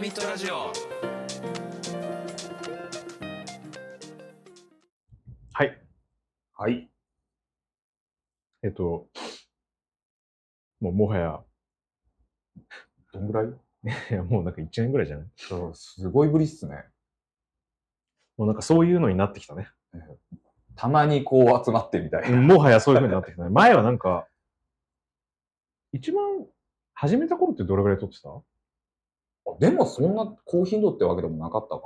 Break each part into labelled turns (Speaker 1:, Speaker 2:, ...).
Speaker 1: ミットラジオ
Speaker 2: はい。
Speaker 3: はい。
Speaker 2: えっと、もうもはや、
Speaker 3: どんぐらい
Speaker 2: いやもうなんか1年ぐらいじゃない
Speaker 3: うんすごいぶりっすね。
Speaker 2: もうなんかそういうのになってきたね。
Speaker 3: たまにこう集まってみたいな。
Speaker 2: もはやそういうふうになってきたね。前はなんか、一番始めた頃ってどれぐらい撮ってた
Speaker 3: でもそんな高頻度ってわけでもなかったかな。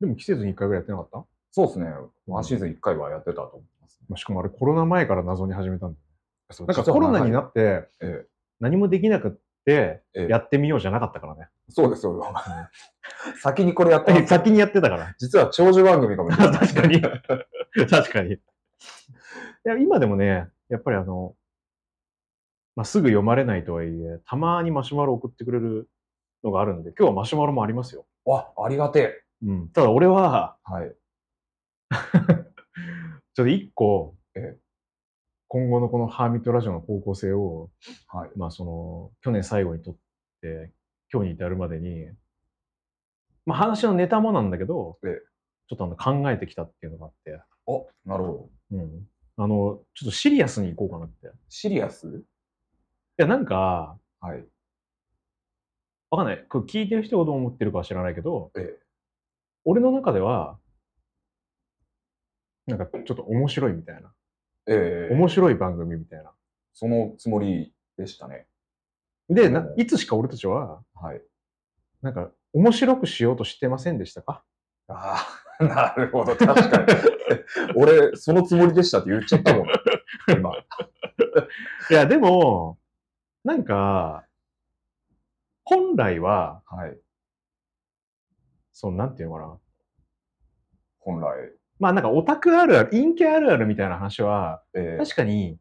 Speaker 2: でも季節に1回ぐらいやってなかった、
Speaker 3: そうですね。ワンシーズン1回はやってたと思います、
Speaker 2: まあ、しかもあれコロナ前から謎に始めたんだ
Speaker 3: そ
Speaker 2: よ
Speaker 3: う
Speaker 2: なんかコロナにな
Speaker 3: っ
Speaker 2: って
Speaker 3: て、え
Speaker 2: 何もできなくって
Speaker 3: えええ
Speaker 2: やってみようじゃなかったからね。
Speaker 3: そうですよ。 先にこれやってます。
Speaker 2: 先にやってたから。
Speaker 3: 実は長寿番組かもし れない。
Speaker 2: 確かに。確かに。いや今でもね、やっぱりあの、まあ、すぐ読まれないとはいえ、たまにマシュマロ送ってくれるのがあるんで、今日はマシュマロもありますよ。
Speaker 3: わ、ありがてえ。
Speaker 2: うん、ただ俺は、
Speaker 3: はい。
Speaker 2: ちょっと一個
Speaker 3: ええ、
Speaker 2: 今後のこのハーミットラジオの方向性を、
Speaker 3: はい。
Speaker 2: まあその、去年最後にとって、今日に至るまでに、まあ話のネタもなんだけど、
Speaker 3: ええ
Speaker 2: ちょっとあの考えてきたっていうのがあって、
Speaker 3: お、なるほど。
Speaker 2: うん。あの、ちょっとシリアスに行こうかなって。い
Speaker 3: シリアス
Speaker 2: や、なんか、
Speaker 3: はい。
Speaker 2: わかんない。これ聞いてる人がどう思ってるかは知らないけど、
Speaker 3: ええ
Speaker 2: 俺の中では、なんかちょっと面白いみたいな。
Speaker 3: ええ
Speaker 2: 面白い番組みたいな。
Speaker 3: そのつもりでしたね。
Speaker 2: で、な
Speaker 3: うん
Speaker 2: いつしか俺たちは、
Speaker 3: はい。
Speaker 2: なんか、面白くしようとしてませんでしたか
Speaker 3: ああ、 なるほど、確かに。 俺、そのつもりでしたって言っちゃったもん、今。
Speaker 2: いや、でも、なんか、本来は、
Speaker 3: はい、
Speaker 2: その、なんていうのかな。
Speaker 3: 本来。
Speaker 2: まあなんかオタクあるある、陰キャあるあるみたいな話は、
Speaker 3: えー
Speaker 2: 確かに、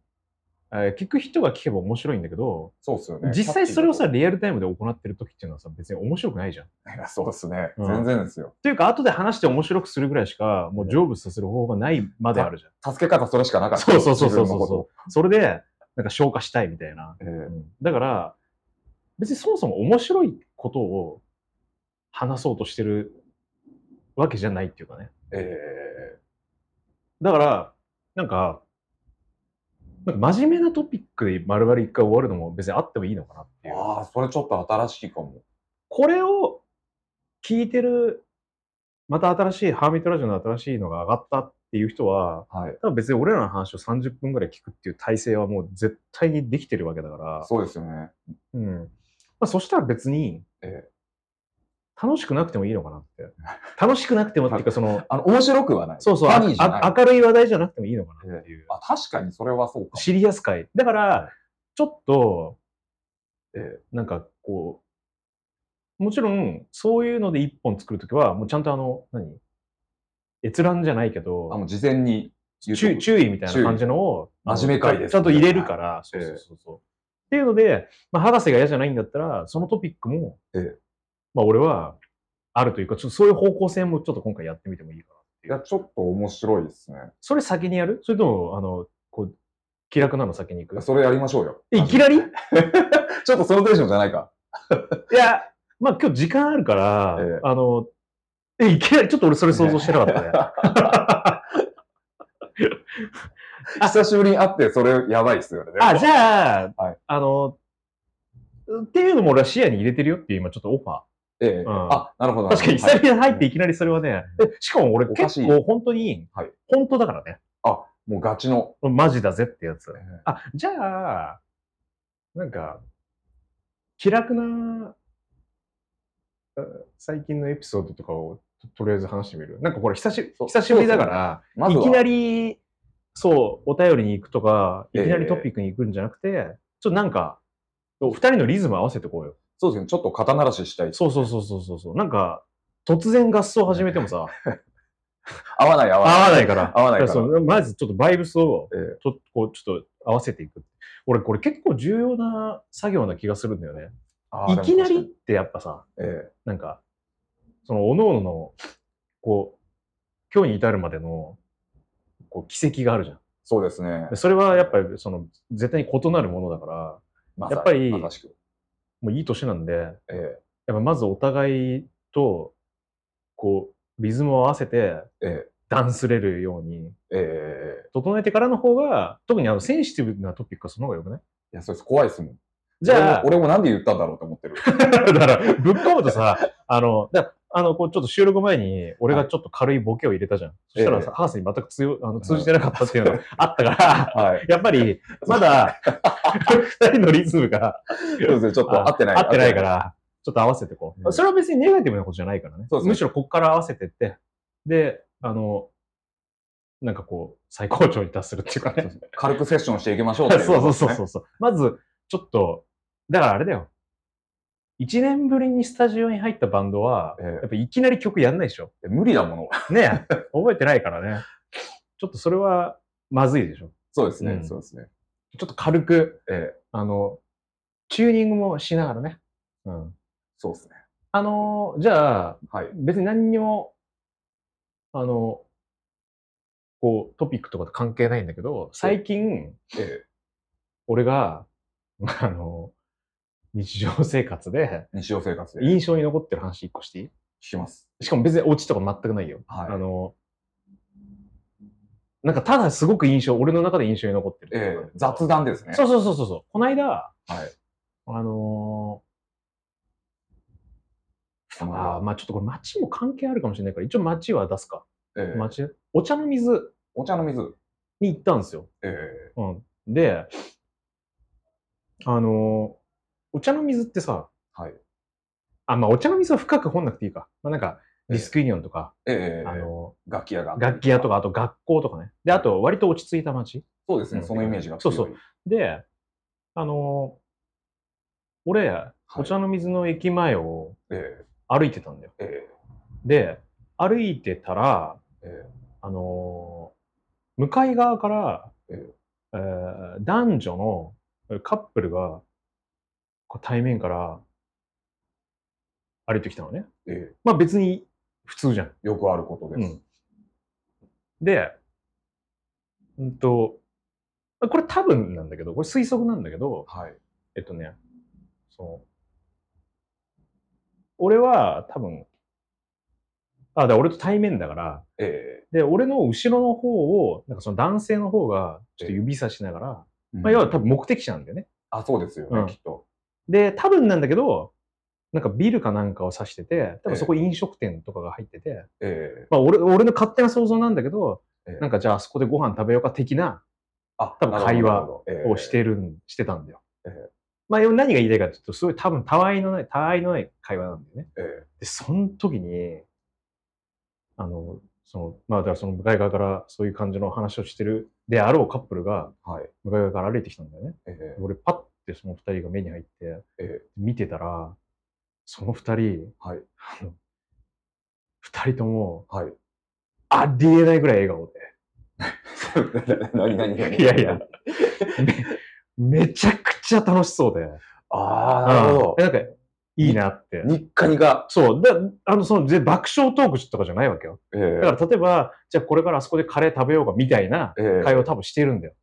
Speaker 2: えー聞く人が聞けば面白いんだけど、
Speaker 3: そうっすよね。
Speaker 2: 実際それをさ、
Speaker 3: キャッチーだと、
Speaker 2: リアルタイムで行ってる時っていうのはさ、別に面白くないじゃん。
Speaker 3: いや そうっすね。
Speaker 2: うん
Speaker 3: 全然ですよ。
Speaker 2: というか、後で話して面白くするぐらいしか、もう成仏させる方法がないまであるじゃん。
Speaker 3: 助け方それしかなかった。
Speaker 2: そうそうそうそう
Speaker 3: 自分の
Speaker 2: そ
Speaker 3: こ
Speaker 2: う。それで、なんか消化したいみたいな。
Speaker 3: とえー
Speaker 2: だから、別にそもそも面白いことを話そうとしてるわけじゃないっていうかね。
Speaker 3: え
Speaker 2: だから、なんか、なんか真面目なトピックで丸々一回終わるのも別にあってもいいのかなってい
Speaker 3: ー
Speaker 2: う。
Speaker 3: ああ、それちょっと新しいかも。
Speaker 2: これを聞いてる、また新しい、ハーミットラジオの新しいのが上がったっていう人は、
Speaker 3: はい。
Speaker 2: 多分別に俺らの話を30分ぐらい聞くっていう体制はもう絶対にできてるわけだから、
Speaker 3: そうですよね。
Speaker 2: うんまあ、そしたら別に、
Speaker 3: え
Speaker 2: 楽しくなくてもいいのかなって。楽しくなくてもっていうか、その、
Speaker 3: あの、面白くはない。
Speaker 2: そう そう、
Speaker 3: フ
Speaker 2: あ
Speaker 3: ァニーじゃない。
Speaker 2: あ明るい話題じゃなくてもいいのかなっていう。
Speaker 3: あ確かにそれはそうか。
Speaker 2: シリアス会。だから、ちょっと、
Speaker 3: えー
Speaker 2: なんかこう、もちろん、そういうので一本作るときは、もうちゃんとあの、何閲覧じゃないけ
Speaker 3: あの
Speaker 2: ど、
Speaker 3: 事前に言うと
Speaker 2: 注注意みたいな感じのを、
Speaker 3: 真面目会です
Speaker 2: ちゃんと入れるから、そ
Speaker 3: え
Speaker 2: う
Speaker 3: え
Speaker 2: そうそうそう。っていうので、まあ、博士が嫌じゃないんだったら、そのトピックも、
Speaker 3: ええ
Speaker 2: まあ、俺は、あるというか、ちょっとそういう方向性もちょっと今回やってみてもいいかな。
Speaker 3: いや、ちょっと面白いですね。
Speaker 2: それ先にやるそれとも、あの、こう、気楽なの先に行
Speaker 3: い
Speaker 2: く
Speaker 3: やそれやりましょうよ。
Speaker 2: えいきなり
Speaker 3: ちょっとそのテンションじゃないか。
Speaker 2: いや、まあ今日時間あるから、
Speaker 3: ええ
Speaker 2: あの、え、いきなり、ちょっと俺それ想像してなかったね。あ
Speaker 3: 久しぶりに会って、それやばいっすよね。
Speaker 2: あ、じゃあ、
Speaker 3: はい
Speaker 2: あの、っていうのも俺は視野に入れてるよっていう今ちょっとオファ
Speaker 3: ええ
Speaker 2: ん
Speaker 3: あ、なるほど。
Speaker 2: ー。確かに
Speaker 3: はい
Speaker 2: 久々に入っていきなりそれはね、えしかも俺
Speaker 3: おかし
Speaker 2: 結
Speaker 3: い
Speaker 2: 構本当に、
Speaker 3: はい
Speaker 2: 本当だからね。
Speaker 3: あ、もうガチの。
Speaker 2: マジだぜってやつ
Speaker 3: え。
Speaker 2: あ、じゃあ、なんか、気楽な、あ最近のエピソードとかをととりあえず話してみる。なんかこれ久し
Speaker 3: そう
Speaker 2: 久しぶりだから、
Speaker 3: えまず
Speaker 2: い
Speaker 3: は
Speaker 2: きなり、そう、お便りに行くとか、いきな
Speaker 3: え
Speaker 2: り
Speaker 3: え
Speaker 2: トピックに行くんじゃなくて、ちょっとなんか、お二人のリズム合わせてこうよ。
Speaker 3: そうですね。ちょっと肩慣らししたい。
Speaker 2: そうそうそうそうそうそう。なんか、突然合奏始めてもさ、
Speaker 3: 合わない、合
Speaker 2: 合
Speaker 3: わない。
Speaker 2: わないから。
Speaker 3: 合わないから
Speaker 2: そうまずちょっとバイブスを、
Speaker 3: え
Speaker 2: ちょっとこう、ちょっと合わせていく。俺、これ結構重要な作業な気がするんだよね。
Speaker 3: あー
Speaker 2: いきな
Speaker 3: で
Speaker 2: りっ
Speaker 3: も
Speaker 2: てやっぱさ、
Speaker 3: 確かにえ
Speaker 2: なんか、その、おののの、こう、今日に至るまでの、こう、奇跡があるじゃん。
Speaker 3: えそうですね
Speaker 2: で。それはやっぱりその絶対に異なるものだから、
Speaker 3: まさに
Speaker 2: やっぱり
Speaker 3: まさしく。
Speaker 2: もういい年なんで、
Speaker 3: ええ
Speaker 2: やっぱまずお互いと、こう、リズムを合わせて、
Speaker 3: え
Speaker 2: ダンスれるように、
Speaker 3: ええ
Speaker 2: 整えてからの方が、特にあの、センシティブなトピックはその方がよくない
Speaker 3: いや、それ怖いですもん。
Speaker 2: じゃあ、
Speaker 3: 俺も俺もなんで言ったんだろうと思ってる。
Speaker 2: だから、ぶっ込むと さ、あの、だあの、こう、ちょっと収録前に、俺がちょっと軽いボケを入れたじゃん。そしたらさ、ハースに全く通あの通じてなかったっていうのがあったから、
Speaker 3: はい。
Speaker 2: やっぱり、ま だ、二人のリズムが
Speaker 3: そうですね、ちょっと合ってない。
Speaker 2: 合ってないか。ら、ちょっと合わせてこ
Speaker 3: う
Speaker 2: う。
Speaker 3: ん
Speaker 2: それは別にネガティブなことじゃないからね。
Speaker 3: そうですね
Speaker 2: むしろこっから合わせてって、で、あの、なんかこう、最高潮に達するっていうかね。
Speaker 3: 軽くセッションしていきましょうって
Speaker 2: そう
Speaker 3: いう、
Speaker 2: そうそう
Speaker 3: う。
Speaker 2: そうそう。まず、ちょっと、だからあれだよ。1年ぶりにスタジオに入ったバンドは、
Speaker 3: ええ
Speaker 2: やっぱいきなり曲やんないでしょ。
Speaker 3: 無理だもの。
Speaker 2: ね え覚えてないからね。ちょっとそれはまずいでしょ。
Speaker 3: そうですね、
Speaker 2: うん
Speaker 3: そうですね。
Speaker 2: ちょっと軽く、
Speaker 3: ええ
Speaker 2: あの、チューニングもしながらね。うん。
Speaker 3: そうですね。
Speaker 2: あのー、じゃあ、
Speaker 3: はい。
Speaker 2: 別に何にも、あの、こう、トピックとかと関係ないんだけど、最近、
Speaker 3: え
Speaker 2: 俺が、あの、日常生活で
Speaker 3: え日常生活で聞
Speaker 2: 印象に残ってる話一個してい
Speaker 3: きます。
Speaker 2: いしかも別にオチとか全くないよ。
Speaker 3: はい
Speaker 2: あの、なんかただすごく印象、俺の中で印象に残ってる。
Speaker 3: ええ雑談ですね。
Speaker 2: そうそうそうそうそう。この間、
Speaker 3: はい。
Speaker 2: あのーあーまあちょっとこれ街も関係あるかもしれないから、一応街は出すか。
Speaker 3: ええ
Speaker 2: 街、お茶の水
Speaker 3: お茶の水。
Speaker 2: に行ったんですよ。
Speaker 3: え
Speaker 2: うん、で、あのーお茶の水ってさ、
Speaker 3: はい
Speaker 2: あ、まあお茶の水は深く掘んなくていいか。まあなんか、
Speaker 3: ええ
Speaker 2: ディスクユニオンとか、
Speaker 3: えええ
Speaker 2: あの
Speaker 3: 楽器屋が。
Speaker 2: ー楽器屋とか、あと学校とかね。で、あと割と落ち着いた街。
Speaker 3: そうですね、
Speaker 2: うん
Speaker 3: そのイメージが
Speaker 2: そ
Speaker 3: 強
Speaker 2: う
Speaker 3: い。
Speaker 2: そうで、あのー俺、お茶の水の駅前を
Speaker 3: え
Speaker 2: 歩いてたんだよ。
Speaker 3: ええ
Speaker 2: で、歩いてたら、
Speaker 3: ええ
Speaker 2: あのー向かい側から、
Speaker 3: え
Speaker 2: えー男女のえーカップルが、こう対面から歩いてきたのね。
Speaker 3: えええ
Speaker 2: まあ別に普通じゃん。
Speaker 3: よくあることです。
Speaker 2: うんで、うんと、これ多分なんだけど、これ推測なんだけど、
Speaker 3: はい。
Speaker 2: えっとね、その、俺は多分、あ、だから俺と対面だから、
Speaker 3: ええ
Speaker 2: で、俺の後ろの方を、なんかその男性の方が、ちょっと指さしながら、
Speaker 3: うん
Speaker 2: まあ、要は多分目的地なんだよね。
Speaker 3: あ、そうですよね、
Speaker 2: うん
Speaker 3: きっと。
Speaker 2: で、多分なんだけど、なんかビルかなんかを指してて、多分そこ飲食店とかが入ってて、
Speaker 3: ええ
Speaker 2: まあ俺、俺の勝手な想像なんだけど、
Speaker 3: ええ
Speaker 2: なんかじゃああそこでご飯食べようか的な
Speaker 3: あ、
Speaker 2: 多分会話を
Speaker 3: を
Speaker 2: してるん、してたんだよ。
Speaker 3: ええ
Speaker 2: まあ要は何が言いたいかというと、すごい多分たわいのない、たわいのない会話なんだよね。
Speaker 3: え
Speaker 2: で、その時に、あの、その、まあ、だからその向かい側からそういう感じの話をしてるであろうカップルが、
Speaker 3: えはい。
Speaker 2: 向かい側から歩いてきたんだよね。
Speaker 3: ええ
Speaker 2: で俺、パッてその二人が目に入って、
Speaker 3: え
Speaker 2: 見てたら、その二人、
Speaker 3: はい。
Speaker 2: あの二人とも、
Speaker 3: はい。
Speaker 2: ありえないぐらい笑顔
Speaker 3: 何何何
Speaker 2: で。いやいや。、 め、めちゃくちゃ楽しそうで。
Speaker 3: ああ、なるほど
Speaker 2: うん。なんか、いいなって。
Speaker 3: 日課にが。
Speaker 2: そう。だ、あの、その、ぜ爆笑トークとかじゃないわけよ。
Speaker 3: ええ
Speaker 2: だから例えば、じゃあこれからあそこでカレー食べようかみたいな
Speaker 3: ええ
Speaker 2: 会話を多分してるんだよ。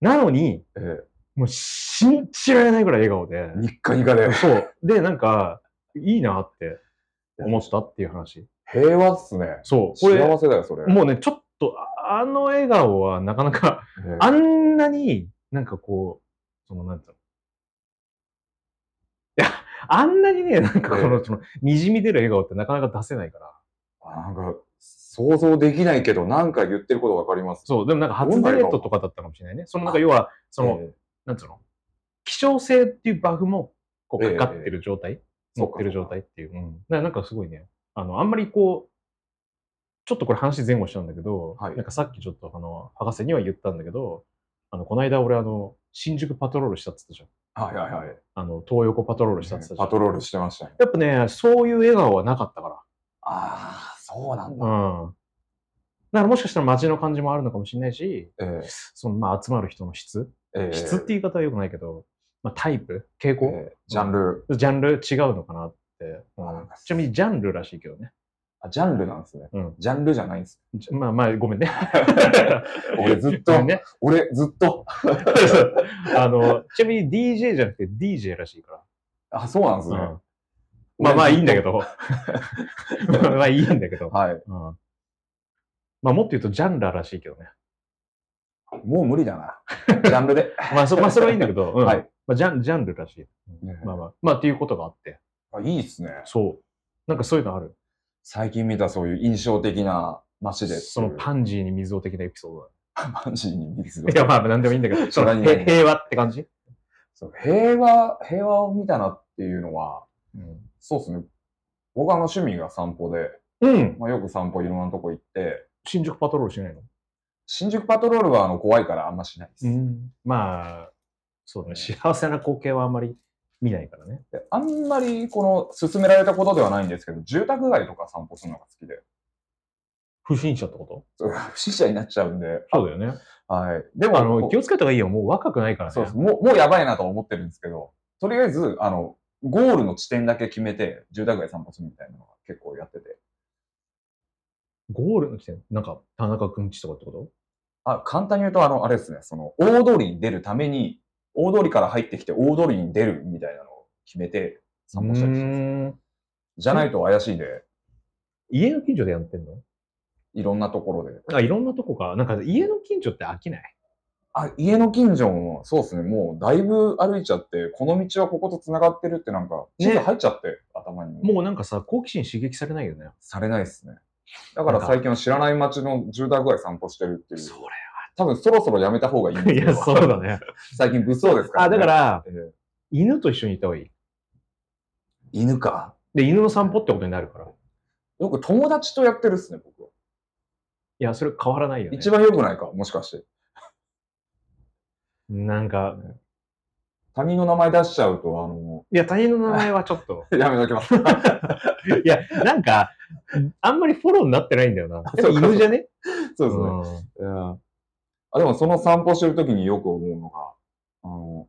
Speaker 2: なのに、
Speaker 3: え
Speaker 2: もう信じられないぐらい笑顔で
Speaker 3: え。日課にがで。
Speaker 2: そう。で、なんか、いいなって思ったっていう話。
Speaker 3: 平和っすね。
Speaker 2: そう。こ
Speaker 3: 幸
Speaker 2: れ、
Speaker 3: せだよ、それ。
Speaker 2: もうね、ちょっと、ああの笑顔はなかなか、
Speaker 3: ええ
Speaker 2: あんなになんかこう、その、なんていうの。いや、あんなにね、なんかこの、その、滲み出る笑顔ってなかなか出せないから。
Speaker 3: なんか、想像できないけど、なんか言ってることわかります。
Speaker 2: そう、でもなんか初デートとかだったかもしれないね。そのなんか要は、その、
Speaker 3: ええ
Speaker 2: なんつうの希少性っていうバフもこ
Speaker 3: ええ
Speaker 2: うかかってる状態、
Speaker 3: そ
Speaker 2: 持
Speaker 3: うか
Speaker 2: ってる状態っていう。うん、だからなんかすごいね、あの、あんまりこう、ちょっとこれ話前後しちゃうんだけど、
Speaker 3: はい
Speaker 2: なんかさっきちょっとあの、博士には言ったんだけど、あの、この間俺あの、新宿パトロールしたって言ったじ
Speaker 3: はいはいはい。
Speaker 2: ゃん。あの、東横パトロールしたって言った
Speaker 3: パ
Speaker 2: じ
Speaker 3: ト
Speaker 2: ゃん。
Speaker 3: ロールしてましたね。
Speaker 2: やっぱね、そういう笑顔はなかったか
Speaker 3: ああ、そうなん
Speaker 2: ら。
Speaker 3: だ。
Speaker 2: うん。だからもしかしたら街の感じもあるのかもしれないし、
Speaker 3: ええ
Speaker 2: その、まあ、集まる人の質、
Speaker 3: ええ
Speaker 2: 質って言い方は良くないけど、まあ、タイプ傾向、
Speaker 3: ええジャンル。
Speaker 2: ジャンル違うのかなって。うんちなみにジャンルらしいけどね。
Speaker 3: あ、ジャンルなんですね。
Speaker 2: うん
Speaker 3: ジャンルじゃないんです。。
Speaker 2: じまあまあ、ごめんね
Speaker 3: 俺ずっと
Speaker 2: ごめんね。
Speaker 3: 俺、ずっと。
Speaker 2: あの、ちなみに DJ じゃなくて DJ らしいか
Speaker 3: あ、そうなんですね。
Speaker 2: ら。うんまあまあいいんだけ
Speaker 3: ど。
Speaker 2: ど。 まあいいんだけど。
Speaker 3: はい。
Speaker 2: うん、まあもっと言うとジャンラらしいけどね。
Speaker 3: もう無理だ な。ジャンルで。
Speaker 2: まあそ,、まあ、それはいいんだけど、うん
Speaker 3: はい
Speaker 2: まあ、ジャンジャンルらしい。うん
Speaker 3: ね
Speaker 2: まあまあ。まあっていうことがあって。
Speaker 3: あいいっすね。
Speaker 2: そう。なんかそういうのある。
Speaker 3: 最近見たそういう印象的な街で。
Speaker 2: そのパンジーに水を的なエピソードだ
Speaker 3: パンジーに水を
Speaker 2: いや、まあ、なんでもいいんだけど、その
Speaker 3: 何々
Speaker 2: へ平和って感じ、
Speaker 3: そう平和、平和を見たなっていうのは、そうですね。僕はあの趣味が散歩で、
Speaker 2: うん。
Speaker 3: まあ、よく散歩いろんなとこ行って、
Speaker 2: 新宿パトロールしないの
Speaker 3: 新宿パトロールはあの怖いからあんましないです。
Speaker 2: ん。まあ、そうだね。幸せな光景はあんまり見ないからね。
Speaker 3: であんまりこの勧められたことではないんですけど、住宅街とか散歩するのが好きで、
Speaker 2: 不審者ってこと
Speaker 3: そう不審者になっちゃうんで、
Speaker 2: そうだよね。
Speaker 3: はい。でも、
Speaker 2: あの、
Speaker 3: こ
Speaker 2: 気をつけた方がいいよ。もう若くないからね。
Speaker 3: そうですもうもうやばいなとは思ってるんですけど、とりあえず、あの、ゴールの地点だけ決めて、住宅街散歩するみたいなのが結構やってて。
Speaker 2: ゴールの起点、なんか、田中くんちとかってこと
Speaker 3: あ、簡単に言うと、あの、あれですね、その、大通りに出るために、大通りから入ってきて大通りに出るみたいなのを決めて散歩したりしてます。
Speaker 2: ん。
Speaker 3: じゃないと怪しいんで、
Speaker 2: 家の近所でやってんの
Speaker 3: いろんなところで。
Speaker 2: あ、いろんなとこか。なんか、家の近所って飽きない。
Speaker 3: あ、家の近所も、そうですね、もうだいぶ歩いちゃって、この道はここと繋がってるってなんか、地図入っちゃって、頭にも。
Speaker 2: もうなんかさ、好奇心刺激されないよね。
Speaker 3: されないですね。だから最近は知らない街の住宅街散歩してるっていう。多分そろそろやめた方がいいん
Speaker 2: れ
Speaker 3: で
Speaker 2: い
Speaker 3: すよ
Speaker 2: や、そうだね。
Speaker 3: 最近物騒ですから、
Speaker 2: あ、だか、ら、
Speaker 3: えー
Speaker 2: 犬と一緒にいた方がいい。
Speaker 3: 犬か。
Speaker 2: で、犬の散歩ってことになるから。い
Speaker 3: よく友達とやってるっすね、僕は。
Speaker 2: や、それ変わらないよね。
Speaker 3: 一番良くないか、もしかして。
Speaker 2: なんか、
Speaker 3: 他人の名前出しちゃうと、あの、
Speaker 2: いや、他人の名前はちょっと。
Speaker 3: やめとき ます。
Speaker 2: いや、なんか、あんまりフォローになってないんだよな。
Speaker 3: そうか
Speaker 2: 犬じゃね
Speaker 3: そうですね。
Speaker 2: うん
Speaker 3: うんあでもその散歩してるときによく思うのが、あの、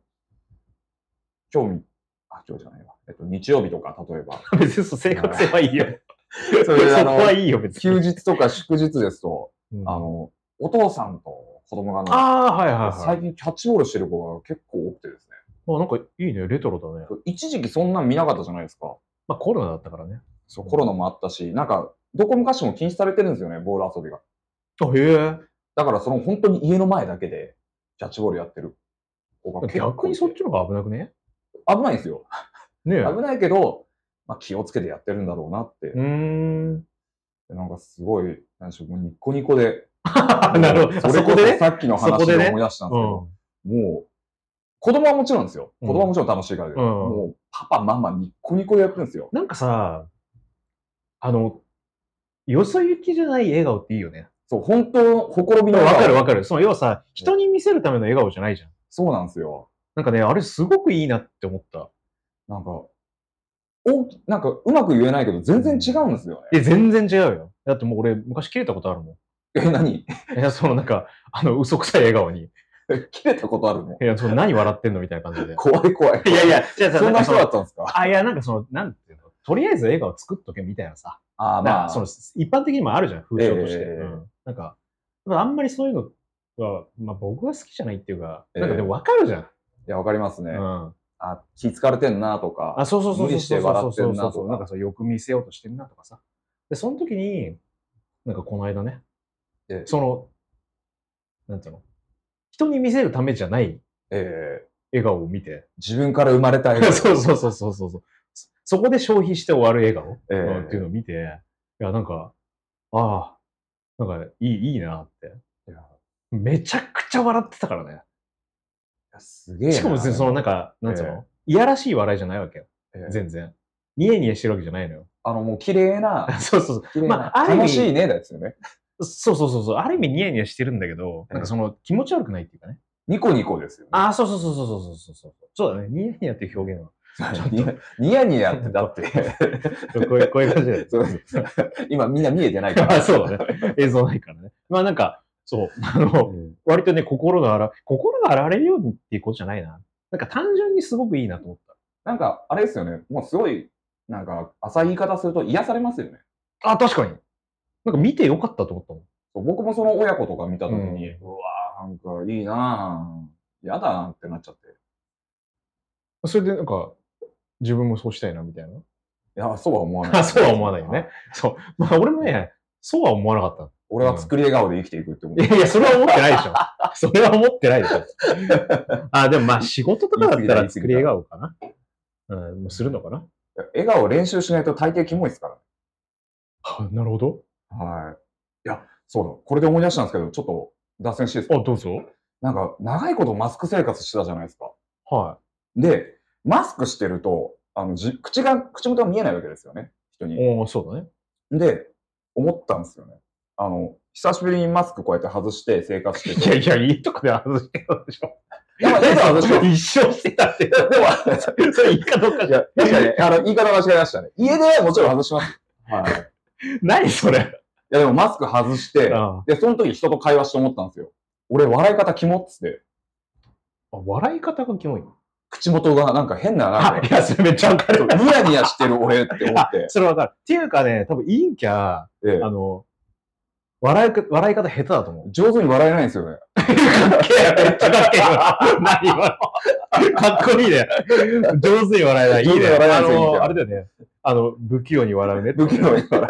Speaker 3: 今日み、あ、今日じゃないわ。えっと、日曜日とか、例え ば。
Speaker 2: 別にそう生活性はいいよ。
Speaker 3: そ
Speaker 2: そこ
Speaker 3: れであの、
Speaker 2: はいいよ、別
Speaker 3: 休
Speaker 2: に。
Speaker 3: 日とか祝日ですと、
Speaker 2: うん
Speaker 3: あの、お父さんと子供がね
Speaker 2: あー、はいはいはい
Speaker 3: 最。近キャッチボールしてる子が結構多くてですね。
Speaker 2: あなんかいいね、レトロだね。
Speaker 3: 一時期そんなん見なかったじゃないですか。
Speaker 2: まあコロナだったからね。
Speaker 3: そうコロナもあったし、なんか、どこもかしこも禁止されてるんですよね、ボール遊びが。
Speaker 2: あ、へ
Speaker 3: だから、その本当に家の前だけで、キャッチボールやってる子が
Speaker 2: え。
Speaker 3: 結構
Speaker 2: 逆にそっちの方が危なくね
Speaker 3: 危ないんですよ。
Speaker 2: ねえ。
Speaker 3: 危ないけど、まあ、気をつけてやってるんだろうなって、
Speaker 2: うーん。
Speaker 3: なんかすごい、なんでしょう、もうニッコニコで、
Speaker 2: なるほど。
Speaker 3: それ
Speaker 2: そ
Speaker 3: こ
Speaker 2: こで
Speaker 3: そ
Speaker 2: ね。
Speaker 3: さっきの
Speaker 2: そ
Speaker 3: 話
Speaker 2: こ
Speaker 3: で
Speaker 2: でね
Speaker 3: 思い出したんですけ
Speaker 2: う
Speaker 3: ど、もう、子供はもちろんですよ。
Speaker 2: う
Speaker 3: 子
Speaker 2: ん
Speaker 3: 供はもちろん楽しいからで、
Speaker 2: うん
Speaker 3: もう、パパ、ママ、ニッコニコでやってるんですよ。
Speaker 2: ん。なんかさ、あの、よそ行きじゃない笑顔っていいよね。
Speaker 3: そう、本当、ほころびの
Speaker 2: わ
Speaker 3: 笑顔
Speaker 2: かるわかる。その要はさ、人に見せるための笑顔じゃないじゃん。
Speaker 3: そうなんですよ。
Speaker 2: なんかね、あれすごくいいなって思った。
Speaker 3: なんか、おなんか、うまく言えないけど、全然違うんですよね。
Speaker 2: え、全然違うよ。だってもう俺、昔切れたことあるも
Speaker 3: え、何
Speaker 2: ん。いや、そのなんか、あの、嘘くさい笑顔に。い
Speaker 3: 切れたことあるの
Speaker 2: や、その何笑ってんのみたいな感じで。
Speaker 3: 怖い 怖い。
Speaker 2: いやいや、じゃあ
Speaker 3: そんな人だ
Speaker 2: は
Speaker 3: ったんです か
Speaker 2: あ、いや、なんかその、なんていうの、とりあえず笑顔作っとけみたいなさ。
Speaker 3: あーま
Speaker 2: な
Speaker 3: あ、
Speaker 2: その、一般的にもあるじゃん、風潮として。
Speaker 3: ええええ
Speaker 2: うんなんか、あんまりそういうのは、まあ僕は好きじゃないっていうか、
Speaker 3: ええ
Speaker 2: なんかでもわかるじゃん。
Speaker 3: いや、わかりますね。
Speaker 2: うん。
Speaker 3: あ、気疲れてんなとか。
Speaker 2: あ、そうそうそうそう。
Speaker 3: 無理して笑ってんなとか
Speaker 2: そうそうそうなんかそう、よく見せようとしてんなとかさ。で、その時に、なんかこの間ね、
Speaker 3: ええ
Speaker 2: その、なんていうの人に見せるためじゃない
Speaker 3: ええ
Speaker 2: 笑顔を見て。
Speaker 3: 自分から生まれたい。
Speaker 2: そうそうそうそうそうそう。そそこで消費して終わる笑
Speaker 3: ええ
Speaker 2: 顔うんっていうのを見て、いや、なんか、ああ、なんかいい、いいなって。
Speaker 3: いや
Speaker 2: めちゃくちゃ笑ってたからね。
Speaker 3: すげえな。
Speaker 2: しかも別にそのなんか、なんつうの、いやらしい笑いじゃないわけよ。
Speaker 3: ええ
Speaker 2: 全然。ニヤニヤしてるわけじゃないのよ。、
Speaker 3: あの、もう綺麗な
Speaker 2: そうそう
Speaker 3: 綺麗
Speaker 2: ま
Speaker 3: な
Speaker 2: あある意味
Speaker 3: 楽しいね、だですよね。
Speaker 2: そう。そうそうそうそう。ある意味ニヤニヤしてるんだけど、
Speaker 3: ええ
Speaker 2: なんかその気持ち悪くないっていうかね。
Speaker 3: ニコニコですよね。
Speaker 2: ああ、そうそうそうそうそうそうそう。そうだね。ニヤニヤっていう表現は。
Speaker 3: ニヤニヤニヤって、だって。
Speaker 2: こういうこういう感じだよね。
Speaker 3: そうそう今みんな見えてないから。
Speaker 2: あ そうだね。映像ないからね。まあなんか、そう、あの、
Speaker 3: うん
Speaker 2: 割とね、心が洗、心が洗われるようにっていうことじゃないな。なんか単純にすごくいいなと思っ
Speaker 3: なんか、あれですよね。もうすごい、なんか、浅い言い方すると癒されますよね。
Speaker 2: た。あ、確かに。なんか見てよかったと思ったもん。
Speaker 3: そう僕もその親子とか見たときに、
Speaker 2: う
Speaker 3: うわーなんかいいなぁ。やだなってなっちゃって。
Speaker 2: それでなんか、自分もそうしたいなみたいな。
Speaker 3: いや、そうは思わな
Speaker 2: あ
Speaker 3: い。
Speaker 2: そうは思わないよね。。そう。まあ俺もね、そうは思わなかっ。
Speaker 3: 俺は作り笑顔で生きていくって思った
Speaker 2: いやいや、それは思ってないでしょ。それは思ってないでしょ。あ、でもまあ仕事とかだったら作り笑顔かな。うん、もうするのかな。
Speaker 3: 笑顔練習しないと大抵キモいですから。
Speaker 2: あなるほど。
Speaker 3: はい。いや、そうだ。これで思い出したんですけど、ちょっと脱線していいですか
Speaker 2: あ、どうぞ。
Speaker 3: なんか、長いことマスク生活してたじゃないですか。
Speaker 2: は
Speaker 3: で、マスクしてると、あの、じ口が、口元が見えないわけですよね。人
Speaker 2: い。
Speaker 3: に。
Speaker 2: おおそうだね。
Speaker 3: で、思ったんですよね。あの、久しぶりにマスクこうやって外して生活して
Speaker 2: いや
Speaker 3: て。
Speaker 2: いや、いいとこで外してたでしょ。
Speaker 3: いや、まあ いいとこ外してます
Speaker 2: 一生してたって。
Speaker 3: でも、あの
Speaker 2: それいいかどうか
Speaker 3: い
Speaker 2: じゃ
Speaker 3: や、確かに、あの、言い方間違えましたね。家ではもちろん外します。はい。い
Speaker 2: 何それ。
Speaker 3: や、でもマスク外して、
Speaker 2: あ
Speaker 3: で、その時人と会話して思ったんですよ。俺、笑い方キモっつって、
Speaker 2: 笑い方がキモい。
Speaker 3: 口元がなんか変な、なんか、
Speaker 2: いや、それめっちゃわか
Speaker 3: そう
Speaker 2: る。
Speaker 3: ニヤニヤしてる俺って思っ
Speaker 2: あ
Speaker 3: て、
Speaker 2: それわかる。っていうかね、多分陰キャ、
Speaker 3: ええ
Speaker 2: あの、笑いか笑い方下手だと思う。
Speaker 3: 上手に笑えないんですよね。
Speaker 2: めっちゃかっけえわ何今のかっこいいね。上手に笑えない。いい
Speaker 3: 上手に
Speaker 2: ね。
Speaker 3: 笑えない
Speaker 2: あ
Speaker 3: ですよ陰キャ
Speaker 2: の、あれだよね。あの、不器用に笑うね。
Speaker 3: 不器用に笑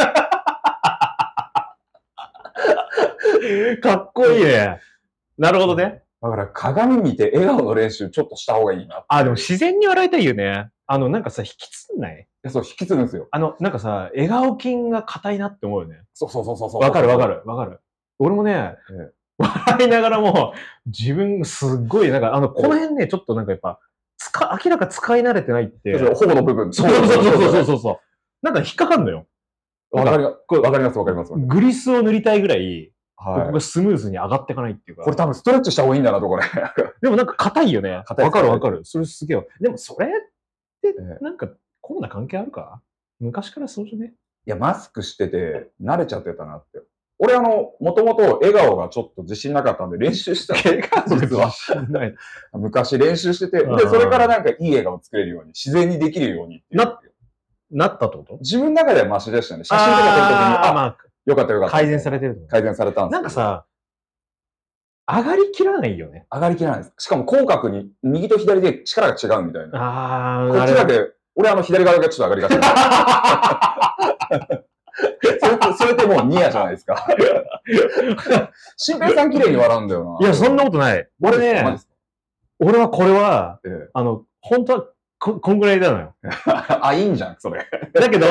Speaker 2: かっこいいね。なるほどね。
Speaker 3: だから鏡見て笑顔の練習ちょっとした方がいいな。い
Speaker 2: あ、でも自然に笑いたいよね。あの、なんかさ、引きつんない
Speaker 3: やそう、引き継ぐんですよ。
Speaker 2: あの、なんかさ、笑顔筋が硬いなって思うよね。
Speaker 3: そうそうそうそうそう。
Speaker 2: わかるわか。るわかる。俺もね
Speaker 3: え、
Speaker 2: 笑いながらも、自分すっごい、なんか、あの、この辺ね、ちょっとなんかやっぱ、つか、明らか使い慣れてないって。そう
Speaker 3: ほぼの部分。
Speaker 2: そうそうそうそうそう。なんか引っかかんのよ。
Speaker 3: わかりわかりますわかります。
Speaker 2: グリスを塗りたいぐらい、ここ
Speaker 3: は
Speaker 2: がスムーズに上がっていかないってい
Speaker 3: い。
Speaker 2: うか。
Speaker 3: これ多分ストレッチした方がいいんだなと、これ。
Speaker 2: でもなんか硬いよね。
Speaker 3: 硬い
Speaker 2: わかるわかる。それすげえわ。でもそれって
Speaker 3: え、
Speaker 2: なんか、コロナ関係あるか昔からそうじゃ ね
Speaker 3: いや、マスクしてて、慣れちゃってたなって。俺、あの、もともと笑顔がちょっと自信なかったんで、練習してた。実は。
Speaker 2: ない。
Speaker 3: 昔練習してて、で
Speaker 2: うん、
Speaker 3: それからなんかいい笑顔作れるように、自然にできるようにっていう
Speaker 2: ななったってこと
Speaker 3: 自分の中ではマシでしたね。写真とか撮るときに、
Speaker 2: あー
Speaker 3: あ、
Speaker 2: ま
Speaker 3: よかったよか
Speaker 2: あ、
Speaker 3: った。
Speaker 2: 改善さ
Speaker 3: れ、
Speaker 2: れてると思う
Speaker 3: 改善されたんです
Speaker 2: なん
Speaker 3: けど
Speaker 2: か、さ、上がりきらないよね。
Speaker 3: 上がりきらないです。しかも口角に、右と左で力が違うみたいな。
Speaker 2: あ
Speaker 3: こ
Speaker 2: あ、
Speaker 3: っちだ
Speaker 2: け。
Speaker 3: け、俺あの左側がちょっと上がりがち。 それって、それってもうニヤじゃないですか。新平さん綺麗に笑うんだよ
Speaker 2: い
Speaker 3: な。
Speaker 2: や、そんなことない。俺
Speaker 3: マジっ
Speaker 2: ね、
Speaker 3: すか
Speaker 2: 俺はこれは、
Speaker 3: え
Speaker 2: あの、本当はこ、こんぐらいなのよ。
Speaker 3: えあ、いいんじゃん、それ。
Speaker 2: だ けど、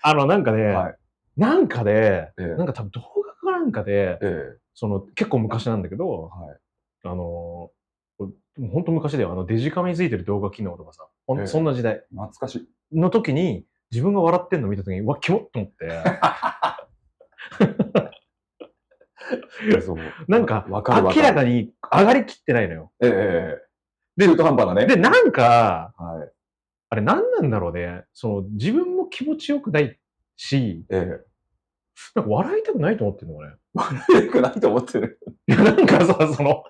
Speaker 2: あの、なんかね、
Speaker 3: はい
Speaker 2: なんかで、
Speaker 3: ええ
Speaker 2: なんか多分動画かなんかで、
Speaker 3: ええ
Speaker 2: その、結構昔なんだけど、
Speaker 3: はい
Speaker 2: あのー、本当昔だよ。あの、デジカメについてる動画機能とかさ、ほん
Speaker 3: ええ
Speaker 2: そんな時代
Speaker 3: 懐かしい。
Speaker 2: の時に、自分が笑ってんの見た時に、うわ、キモっと思 って。なんか、
Speaker 3: わかるわか
Speaker 2: 明
Speaker 3: る
Speaker 2: らかに上がりきってないのよ。
Speaker 3: ええええで、中途半端なね。
Speaker 2: で、なんか、
Speaker 3: はい。
Speaker 2: あれ何なんだろうね。その、自分も気持ちよくないし、
Speaker 3: ええ
Speaker 2: なんか笑いたくないと思ってんのかね。
Speaker 3: よくないと思ってる。
Speaker 2: いや、なんかさ、その、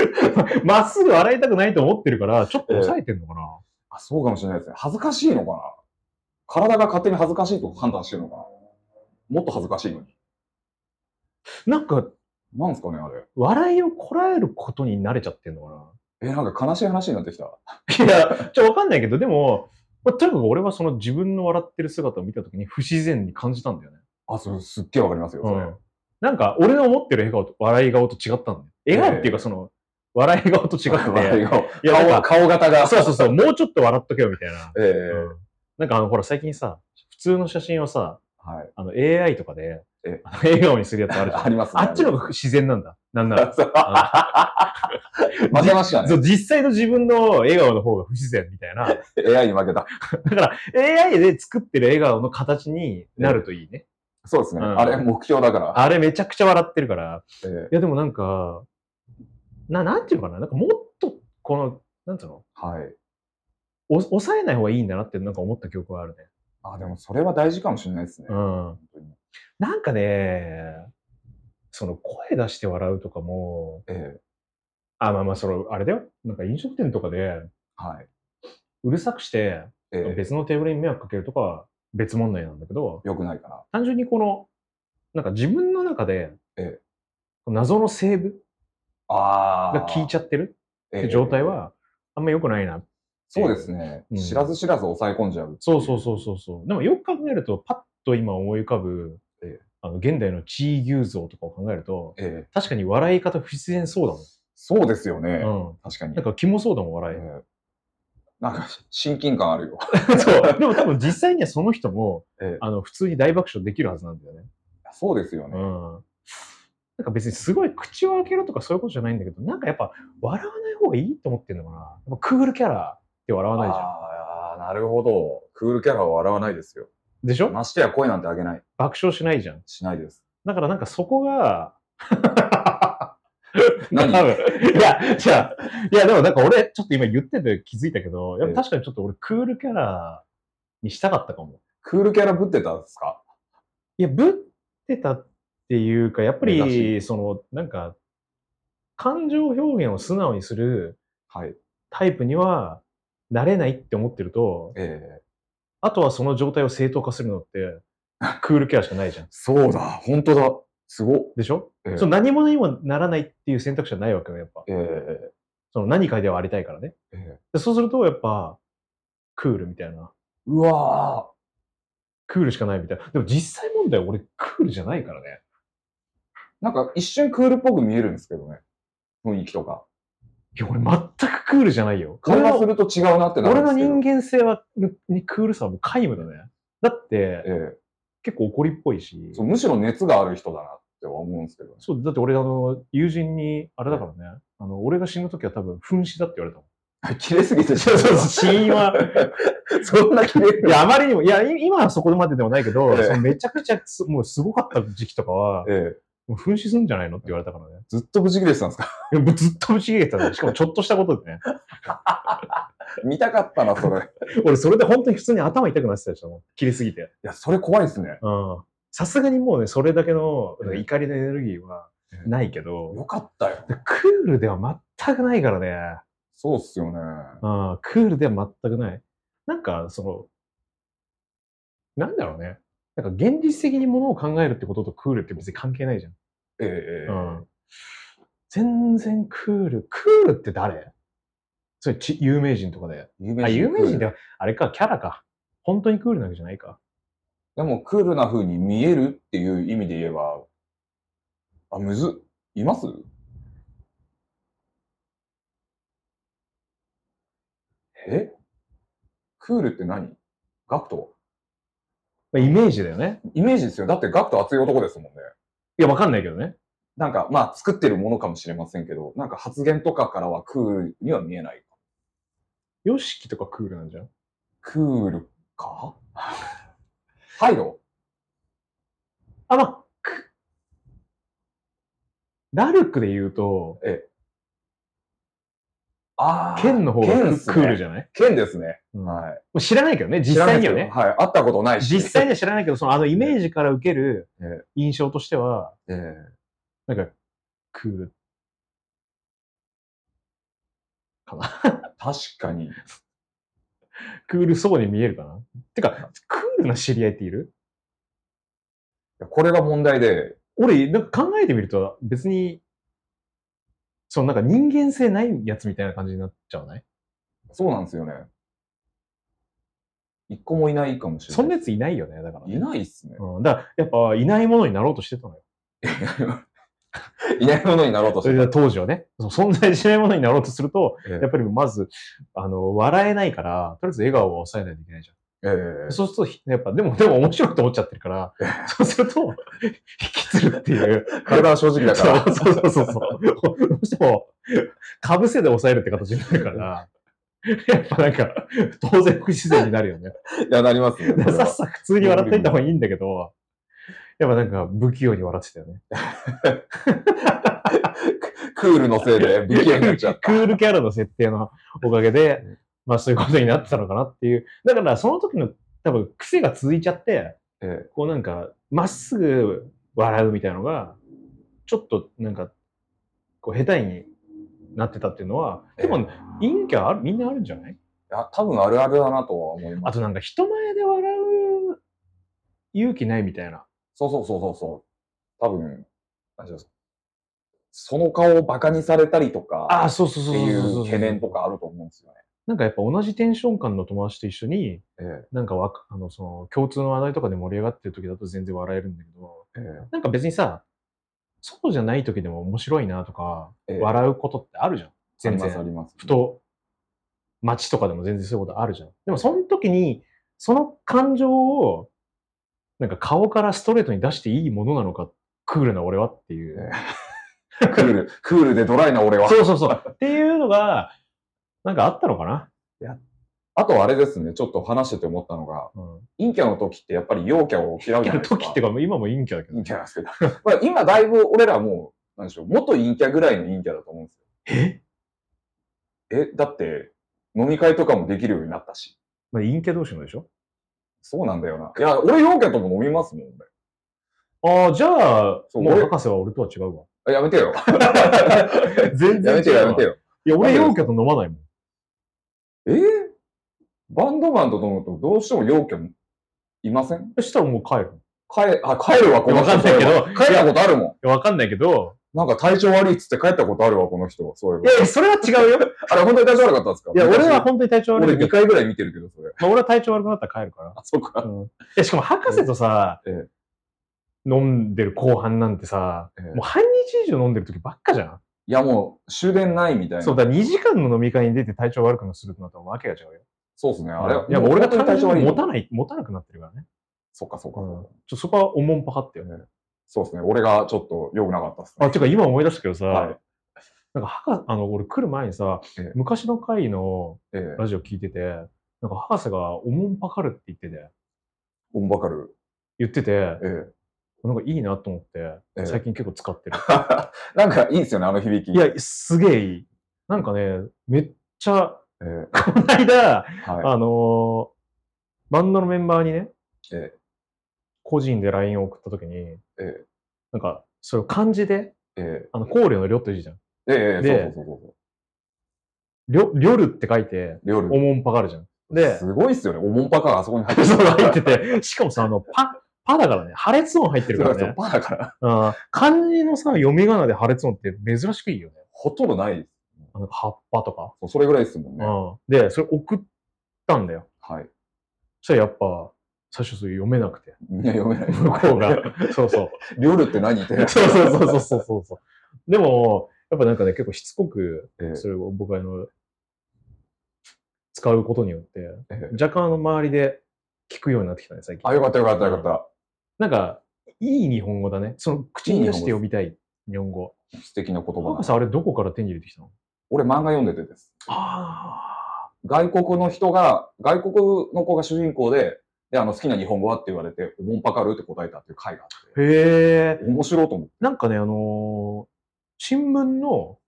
Speaker 2: まっすぐ笑いたくないと思ってるから、ちょっと抑えてんのかな。
Speaker 3: あ、そうかもしれないですね。恥ずかしいのかな体が勝手に恥ずかしいと判断してるのかなもっと恥ずかしいのに。
Speaker 2: なんか、
Speaker 3: なんですかね、あれ。
Speaker 2: 笑いをこらえることに慣れちゃってんのか
Speaker 3: え、なんか悲しい話になってきた。
Speaker 2: な。いや、ちょ、わかんないけど、でも、まあとにかく俺はその自分の笑ってる姿を見たときに不自然に感じたんだよね。
Speaker 3: あ、それすっげえわかりますよ、それ。
Speaker 2: うんなんか、俺の思ってる笑顔と、笑い顔と違ったんだよ。笑顔っていうか、その、笑い顔と違く
Speaker 3: 笑い
Speaker 2: て。
Speaker 3: 顔
Speaker 2: いやなんか
Speaker 3: 顔顔型が。
Speaker 2: そうそうそう、もうちょっと笑っとけよ、みたいな。
Speaker 3: ええ
Speaker 2: うんなんかあの、ほら、最近さ、普通の写真をさ、
Speaker 3: はい。
Speaker 2: あの、AI とかで
Speaker 3: え、
Speaker 2: あの笑顔にするやつあるじゃ ん
Speaker 3: あ。りますね。
Speaker 2: あっちの方が自然なんだ。な んなら。
Speaker 3: 負けましたね
Speaker 2: そ。う実際の自分の笑顔の方が不自然みたいな。
Speaker 3: AI に負けた。
Speaker 2: だから、AI で作ってる笑顔の形になるといいね。
Speaker 3: そうですね。
Speaker 2: うん
Speaker 3: あれ、目標だから。
Speaker 2: あれめちゃくちゃ笑ってるから。
Speaker 3: ええ
Speaker 2: いや、でもなんか、な、なんていうのかな。なんかもっと、この、なんつうの
Speaker 3: はい。
Speaker 2: お抑えない方がいいんだなってなんか思った記憶はあるね。
Speaker 3: あ、でもそれは大事かもしれないですね
Speaker 2: う。ん。なんかね、その声出して笑うとかも、
Speaker 3: ええ
Speaker 2: あ、まあまあ、その、あれだよ。なんか飲食店とかで、
Speaker 3: はい。
Speaker 2: うるさくして、
Speaker 3: ええ
Speaker 2: 別のテーブルに迷惑かけるとかは別問題なんだけど、
Speaker 3: よくないかな。
Speaker 2: 単純にこの、なんか自分の中で
Speaker 3: ええ、
Speaker 2: 謎のセーブ
Speaker 3: ああ。
Speaker 2: が効いちゃってるっ
Speaker 3: え
Speaker 2: て
Speaker 3: え
Speaker 2: 状態は、あんま良くないなっ
Speaker 3: そうですね、
Speaker 2: うん
Speaker 3: 知らず知らず抑え込んじゃう。
Speaker 2: そうそうそうそうそう。でもよく考えると、パッと今思い浮かぶ、
Speaker 3: ええ
Speaker 2: あの現代の地位牛像とかを考えると、
Speaker 3: ええ
Speaker 2: 確かに笑い方不自然そう
Speaker 3: そうですよね
Speaker 2: だ。もん。うん。
Speaker 3: 確かに。
Speaker 2: なんか、キモそうだもん、笑い。
Speaker 3: ええなんか親近感あるよ。
Speaker 2: そう。でも多分実際にはその人も、
Speaker 3: ええ
Speaker 2: あの、普通に大爆笑できるはずなんだよね。
Speaker 3: そうですよね。
Speaker 2: うん。なんか別にすごい口を開けるとかそういうことじゃないんだけど、なんかやっぱ笑わない方がいいと思ってんのかな。やっぱクールキャラって笑わないじゃん。
Speaker 3: ああ、なるほど。クールキャラは笑わないですよ。
Speaker 2: でしょ
Speaker 3: ましてや声なんてあげない。
Speaker 2: 爆笑しないじゃん。
Speaker 3: しないです。
Speaker 2: だからなんかそこが、
Speaker 3: 何
Speaker 2: 多分いや、じゃあ、いやでもなんか俺ちょっと今言ってて気づいたけど、やっぱ確かにちょっと俺クールキャラにしたかったかも。
Speaker 3: クールキャラぶってたんですか
Speaker 2: いや、ぶってたっていうか、やっぱ
Speaker 3: 珍し
Speaker 2: り、その、なんか、感情表現を素直にする
Speaker 3: はい。
Speaker 2: タイプにはなれないって思ってると、
Speaker 3: ええ
Speaker 2: あとはその状態を正当化するの って、クールキャラしかないじゃん。
Speaker 3: そうだ。本当だ。すごっ。
Speaker 2: でしょ、
Speaker 3: ええ
Speaker 2: その何者にもならないっていう選択肢はないわけよ、やっぱ。
Speaker 3: ええ
Speaker 2: その何かではありたいからね。
Speaker 3: ええ
Speaker 2: でそうすると、やっぱ、クールみたいな。
Speaker 3: うわ
Speaker 2: クールしかないみたいな。でも実際問題、俺、クールじゃないからね。
Speaker 3: ーなんか一瞬クールっぽく見えるんですけどね。雰囲気とか。
Speaker 2: いや、俺、全くクールじゃないよ。
Speaker 3: 会話すると違うなってなる
Speaker 2: 俺
Speaker 3: んで
Speaker 2: の
Speaker 3: すけど。
Speaker 2: 人間性は、にクールさはもう皆無だね。だって、
Speaker 3: え
Speaker 2: 結構怒りっぽいし。
Speaker 3: えそうむしろ熱がある人だなっては思うんですけどね。
Speaker 2: そう、だって俺、あの、友人に、あれだからね、あの、俺が死ぬ時は多分、紛死だって言われたも ん。
Speaker 3: 切れすぎて
Speaker 2: そうそうそう死因は。
Speaker 3: そんな切れ
Speaker 2: いや、あまりにも、いや、い今はそこまででもないけど、
Speaker 3: ええ
Speaker 2: そのめちゃくちゃす、もうすごかった時期とか は、
Speaker 3: ええ
Speaker 2: もう紛死すんじゃないのって言われたからね。
Speaker 3: ずっとブチ切れてたんですか
Speaker 2: いやもうずっとぶち切れてたね。しかもちょっとしたことでね。
Speaker 3: 見たかったな、それ。い
Speaker 2: 俺、それで本当に普通に頭痛くなってたでしょ、もう切りすぎて。
Speaker 3: や、それ怖いですね。
Speaker 2: うん。さすがにもうね、それだけの
Speaker 3: うん
Speaker 2: 怒りのエネルギーはないけど、
Speaker 3: よかったよ。
Speaker 2: クールでは全くないからね。
Speaker 3: そうっすよね。
Speaker 2: うん、クールでは全くない。なんか、その、なんだろうね。なんか現実的にものを考えるってこととクールって別に関係ないじゃん。
Speaker 3: ええええ
Speaker 2: うん。全然クール。クールって誰それち、有名人とかで。
Speaker 3: 有
Speaker 2: あ、有名人
Speaker 3: で
Speaker 2: で、あれか、キャラか。本当にクールなわけじゃないか。
Speaker 3: でもクールな風に見えるっていう意味で言えば、あ、むずっ、いますえクールって何ガクト
Speaker 2: まあイメージだよね。
Speaker 3: イメージですよ。だってガクト熱い男ですもんね。
Speaker 2: いや、わかんないけどね。
Speaker 3: なんか、まあ、作ってるものかもしれませんけど、なんか発言とかからはクールには見えない。
Speaker 2: ヨシキとかクールなんじゃん
Speaker 3: クールかハイロ
Speaker 2: あ、まあ、くラルクで言うと、
Speaker 3: ああ。
Speaker 2: 剣の方が
Speaker 3: 剣っ
Speaker 2: ク
Speaker 3: すね
Speaker 2: クールじゃない、
Speaker 3: 剣ですね。
Speaker 2: うんま
Speaker 3: はい。
Speaker 2: あ知らないけどね、実際に
Speaker 3: 知
Speaker 2: はね。
Speaker 3: らないですけどはい。会ったことないし。
Speaker 2: 実際には知らないけど、そのあのイメージから受ける
Speaker 3: ええ
Speaker 2: 印象としては、
Speaker 3: ええ
Speaker 2: なんか、クール。
Speaker 3: 確かに。
Speaker 2: クールそうに見えるかなてか、クールな知り合いっている
Speaker 3: これが問題で、
Speaker 2: 俺、なんか考えてみると、別に、そのなんか人間性ないやつみたいな感じになっちゃわない
Speaker 3: そうなんですよね。一個もいないかもしれ
Speaker 2: そん
Speaker 3: な。
Speaker 2: ないやついないよね、だから、ね。
Speaker 3: いないっすね。
Speaker 2: うん、だから、やっぱ、いないものになろうとしてたのよ。
Speaker 3: いないものになろうとし
Speaker 2: それ
Speaker 3: て
Speaker 2: で当時はね、その存在しないものになろうとすると、
Speaker 3: ええ
Speaker 2: やっぱりまず、あの、笑えないから、とりあえず笑顔を抑えないといけないじゃん。
Speaker 3: た。ええ
Speaker 2: そうするとひ、やっぱ、でも、でも面白いと思っちゃって るから、そうすると、引きつるっていう。
Speaker 3: 体は正直だから。
Speaker 2: そうそうそうそう。どうしても、かぶせで抑えるって形になるから、やっぱなんか、当然不自然になるよね。
Speaker 3: いや、なりますね。 これ
Speaker 2: でさ
Speaker 3: は
Speaker 2: っさ普通に笑っていった方がいいんだけど、やっぱなんか不器用に笑ってたよね。
Speaker 3: クールのせい で不器用になっちゃっ
Speaker 2: クールキャラの設定のおかげで、まあそういうことになってたのかなっていう。だからその時の多分癖が続いちゃって、
Speaker 3: た。え
Speaker 2: こうなんか、まっすぐ笑うみたいなのが、ちょっとなんか、こう下手になってたっていうのは、
Speaker 3: え
Speaker 2: でも、陰キャあるみんなあるんじゃない
Speaker 3: いや多分あるあるだなとは思いま
Speaker 2: あ
Speaker 3: す。
Speaker 2: となんか人前で笑う勇気ないみたいな。
Speaker 3: そうそうそうそうそう。多分、なんていうんですかその顔をバカにされたりとか、
Speaker 2: あ、そうそう
Speaker 3: って
Speaker 2: そうそう
Speaker 3: い
Speaker 2: そうそう
Speaker 3: う懸念とかあると思うんですよね。
Speaker 2: なんかやっぱ同じテンション感の友達と一緒に、
Speaker 3: ええ
Speaker 2: なんかわかあのその共通の話題とかで盛り上がってる時だと全然笑えるんだけど、
Speaker 3: え
Speaker 2: なんか別にさ、そうじゃない時でも面白いなとか、
Speaker 3: ええ
Speaker 2: 笑うことってあるじゃん。
Speaker 3: えあり
Speaker 2: 全
Speaker 3: ますあ
Speaker 2: 然。
Speaker 3: ります。
Speaker 2: ふと、街とかでも全然そういうことあるじゃん。でもその時に、その感情を、なんか顔からストレートに出していいものなのか、クールな俺はっていう。
Speaker 3: えクール、クールでドライな俺は。
Speaker 2: そうそうそう。っていうのが、なんかあったのかな。
Speaker 3: あとあれですね、ちょっと話してて思ったのが、
Speaker 2: うん。
Speaker 3: 陰キャの時ってやっぱり陽キャを嫌うじゃないですか。
Speaker 2: 時っていうか、今も陰キャだけど
Speaker 3: 陰。キャなんですけど。まあ今だいぶ俺らもう、なんでしょう、元陰キャぐらいの陰キャだと思うんです
Speaker 2: え
Speaker 3: よ。え、だって、飲み会とかもできるようになったし。
Speaker 2: まあ、陰キャ同士のでしょ
Speaker 3: そうなんだよな。いや、俺陽キャとも飲みますもん、
Speaker 2: ああ、じゃあ、
Speaker 3: そう
Speaker 2: もう
Speaker 3: 俺
Speaker 2: 博士は俺とは違うわ。
Speaker 3: 俺。やめてよ。
Speaker 2: 全
Speaker 3: や
Speaker 2: 然違うわ
Speaker 3: めてよ、やめてよ。
Speaker 2: いや、俺陽キャと飲まないもん。
Speaker 3: えーバンドマンと飲むとどうしても陽キャいません
Speaker 2: そしたらもう帰る。
Speaker 3: 帰、あ、帰るわ、この人。
Speaker 2: わかんないけど
Speaker 3: そういえば帰ったことあるも
Speaker 2: いやわかんないけど。
Speaker 3: ん。なんか体調悪いっつって帰ったことあるわ、この人。そういえば。
Speaker 2: いや、それは違うよ。
Speaker 3: あれ、本当に体調悪かったんですか
Speaker 2: いや、俺は
Speaker 3: 昔
Speaker 2: 本当に体調悪い
Speaker 3: 俺
Speaker 2: んだ
Speaker 3: 2
Speaker 2: けど。
Speaker 3: 回ぐらい見てるけど、それ。
Speaker 2: まあ俺は体調悪くなったら帰るから。
Speaker 3: あ、そっか。
Speaker 2: うんえしかも博士とさ、
Speaker 3: ええ
Speaker 2: 飲んでる後半なんてさ、
Speaker 3: ええ
Speaker 2: もう半日以上飲んでる時ばっかじゃん。
Speaker 3: いや、もう終電ないみたいな。
Speaker 2: そうだ、2時間の飲み会に出て体調悪くするとなったらわけが違うよ。
Speaker 3: そうですね。あれ、
Speaker 2: いや、もう俺が体調持た
Speaker 3: い。
Speaker 2: ない、持たなくなってるからね。
Speaker 3: そっか、そっか。
Speaker 2: うんちょそこはおもんぱかったよね。
Speaker 3: そうですね。俺がちょっと良くなかったですね。
Speaker 2: あ、てか今思い出したけどさ、
Speaker 3: はい
Speaker 2: なんか博士、あの、俺来る前にさ
Speaker 3: ええ、
Speaker 2: 昔の回の
Speaker 3: ええ
Speaker 2: ラジオ聞いてて、なんか博士がおもんぱかるって言ってて、
Speaker 3: オンバカル。
Speaker 2: 言ってて、
Speaker 3: え
Speaker 2: なんかいいなと思って、
Speaker 3: え
Speaker 2: 最近結構使ってる。
Speaker 3: えなん かいいですよね、あの響き。
Speaker 2: いや、すげえいい。なんかね、めっちゃ、
Speaker 3: ええ
Speaker 2: この
Speaker 3: は
Speaker 2: 間、
Speaker 3: い。
Speaker 2: あのーバンドのメンバーにね、
Speaker 3: ええ
Speaker 2: 個人で LINE を送った時に、
Speaker 3: え
Speaker 2: なんか、それを漢字で、
Speaker 3: ええ
Speaker 2: あの、考慮の慮って字じゃん。
Speaker 3: えええ
Speaker 2: で
Speaker 3: そうそうそうそうそう。
Speaker 2: 慮、慮るって書いて、
Speaker 3: 料
Speaker 2: お
Speaker 3: 理。
Speaker 2: もんぱかるじゃん。で、
Speaker 3: すごいっすよね。おもんぱかがあそこに入って
Speaker 2: そう入ってて、しかもさ、あの、パ、パだからね、破裂音入ってる
Speaker 3: そう
Speaker 2: か
Speaker 3: な
Speaker 2: ら
Speaker 3: んですよ
Speaker 2: ね。
Speaker 3: パだから。
Speaker 2: うん漢字のさ、読み仮名で破裂音って珍しくいいよね。
Speaker 3: ほとんどないです。
Speaker 2: あの葉っぱとか。
Speaker 3: そうそれぐらいですもんね。
Speaker 2: うん。で、それ送ったんだよ。
Speaker 3: はい。
Speaker 2: そしたらやっぱ、最初それ読めなくて。
Speaker 3: みんな読めない。
Speaker 2: 向こ うが。そうそう。
Speaker 3: 料理って何って。
Speaker 2: そうそうそうそうそうそうそう。でも、やっぱなんかね、結構しつこく、
Speaker 3: ええ
Speaker 2: それを僕はあの、使うことによって、
Speaker 3: ええ
Speaker 2: 若干あの周りで聞くようになってきたね、最近
Speaker 3: あ、。よかったよかったよかった。
Speaker 2: なんか、いい日本語だね。その、口に出して読みたい日本語。
Speaker 3: 素敵な言葉
Speaker 2: パ
Speaker 3: だ
Speaker 2: パさん、あれどこから手に入れてきたの
Speaker 3: 俺漫画読んでてです。
Speaker 2: あ
Speaker 3: 外国の人が、外国の子が主人公で、で、あの、好きな日本語はって言われて、おもんぱかるって答えたっていう回があっ
Speaker 2: あ。へえ。
Speaker 3: て、面白いと思って。
Speaker 2: なんかね、あのー新聞の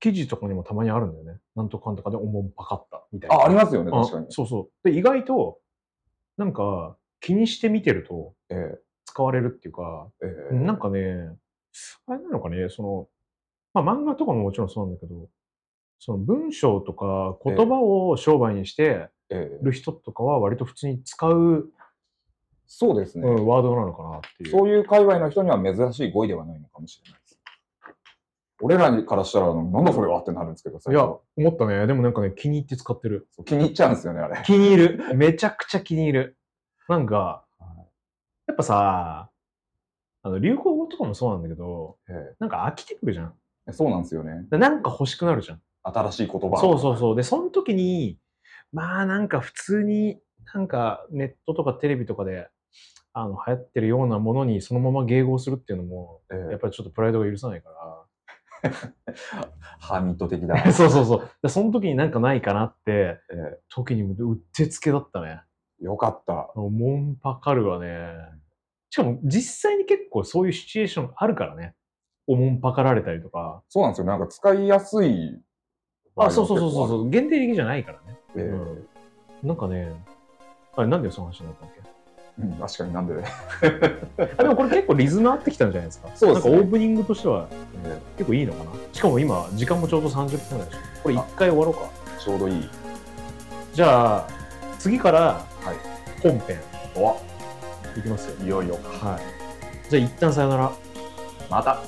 Speaker 2: 記事とかにもたまにあるんだよね。なんとかんとかでおもんぱかったみたいな。
Speaker 3: あ、ありますよね、
Speaker 2: あ
Speaker 3: 確かに。
Speaker 2: そうそう。で、意外と、なんか、気にして見てると
Speaker 3: ええ
Speaker 2: 使われるっていうか、
Speaker 3: ええ
Speaker 2: なんかね、あれなのかね、その、まあ漫画とかももちろんそうなんだけど、その文章とか言葉を商売にして
Speaker 3: ええ
Speaker 2: る人とかは割と普通に使う、
Speaker 3: そうですね、
Speaker 2: うんワードなのかなっていう。
Speaker 3: そういう界隈の人には珍しい語彙ではないのかもしれないです。俺らにからしたら、あのなんだそれはってなるんですけど、最
Speaker 2: い
Speaker 3: 初
Speaker 2: や、思ったね。でもなんかね、気に入って使ってる。
Speaker 3: そう気に入っちゃうんですよね、あれ。
Speaker 2: 気に入る。 めちゃくちゃ気に入る。なんか
Speaker 3: は、
Speaker 2: やっぱさ、あの流行語とかもそうなんだけど、
Speaker 3: え
Speaker 2: なんか飽きてくるじゃん。
Speaker 3: えそうなんですよね。
Speaker 2: でなんか欲しくなるじゃん。
Speaker 3: 新しい言葉。
Speaker 2: そうそうそう。で、その時に、まあなんか普通に、なんかネットとかテレビとかで、あの、流行ってるようなものにそのまま迎合するっていうのも、
Speaker 3: ええ
Speaker 2: やっぱりちょっとプライドが許さないか
Speaker 3: ハーミット的だ。
Speaker 2: ら。そうそうそう。で、その時になんかないかなって、
Speaker 3: え
Speaker 2: 時にうってつけだったね。
Speaker 3: えよかった。
Speaker 2: あのモンパカルはね、しかも実際に結構そういうシチュエーションあるからね。おもんぱかられたりとか。
Speaker 3: そうなんですよ。なんか使いやすい。
Speaker 2: あ、そうそうそうそうそう。限定的じゃないからね。
Speaker 3: ええ
Speaker 2: うんなんかね、あれなんでその話になったっけ
Speaker 3: うん、確かになんでね。
Speaker 2: あでもこれ結構リズム合ってきたんじゃないですか。
Speaker 3: そうですね
Speaker 2: なんかオープニングとしては
Speaker 3: え
Speaker 2: 結構いいのかな。しかも今、時間もちょうど30分ぐらいでしょ。これ一回終わろうか。
Speaker 3: え ちょうどいい。
Speaker 2: じゃあ、次から
Speaker 3: はい
Speaker 2: 本編
Speaker 3: お
Speaker 2: いきますよ。
Speaker 3: いよいよ。
Speaker 2: はい。じゃあ一旦さよなら。
Speaker 3: また。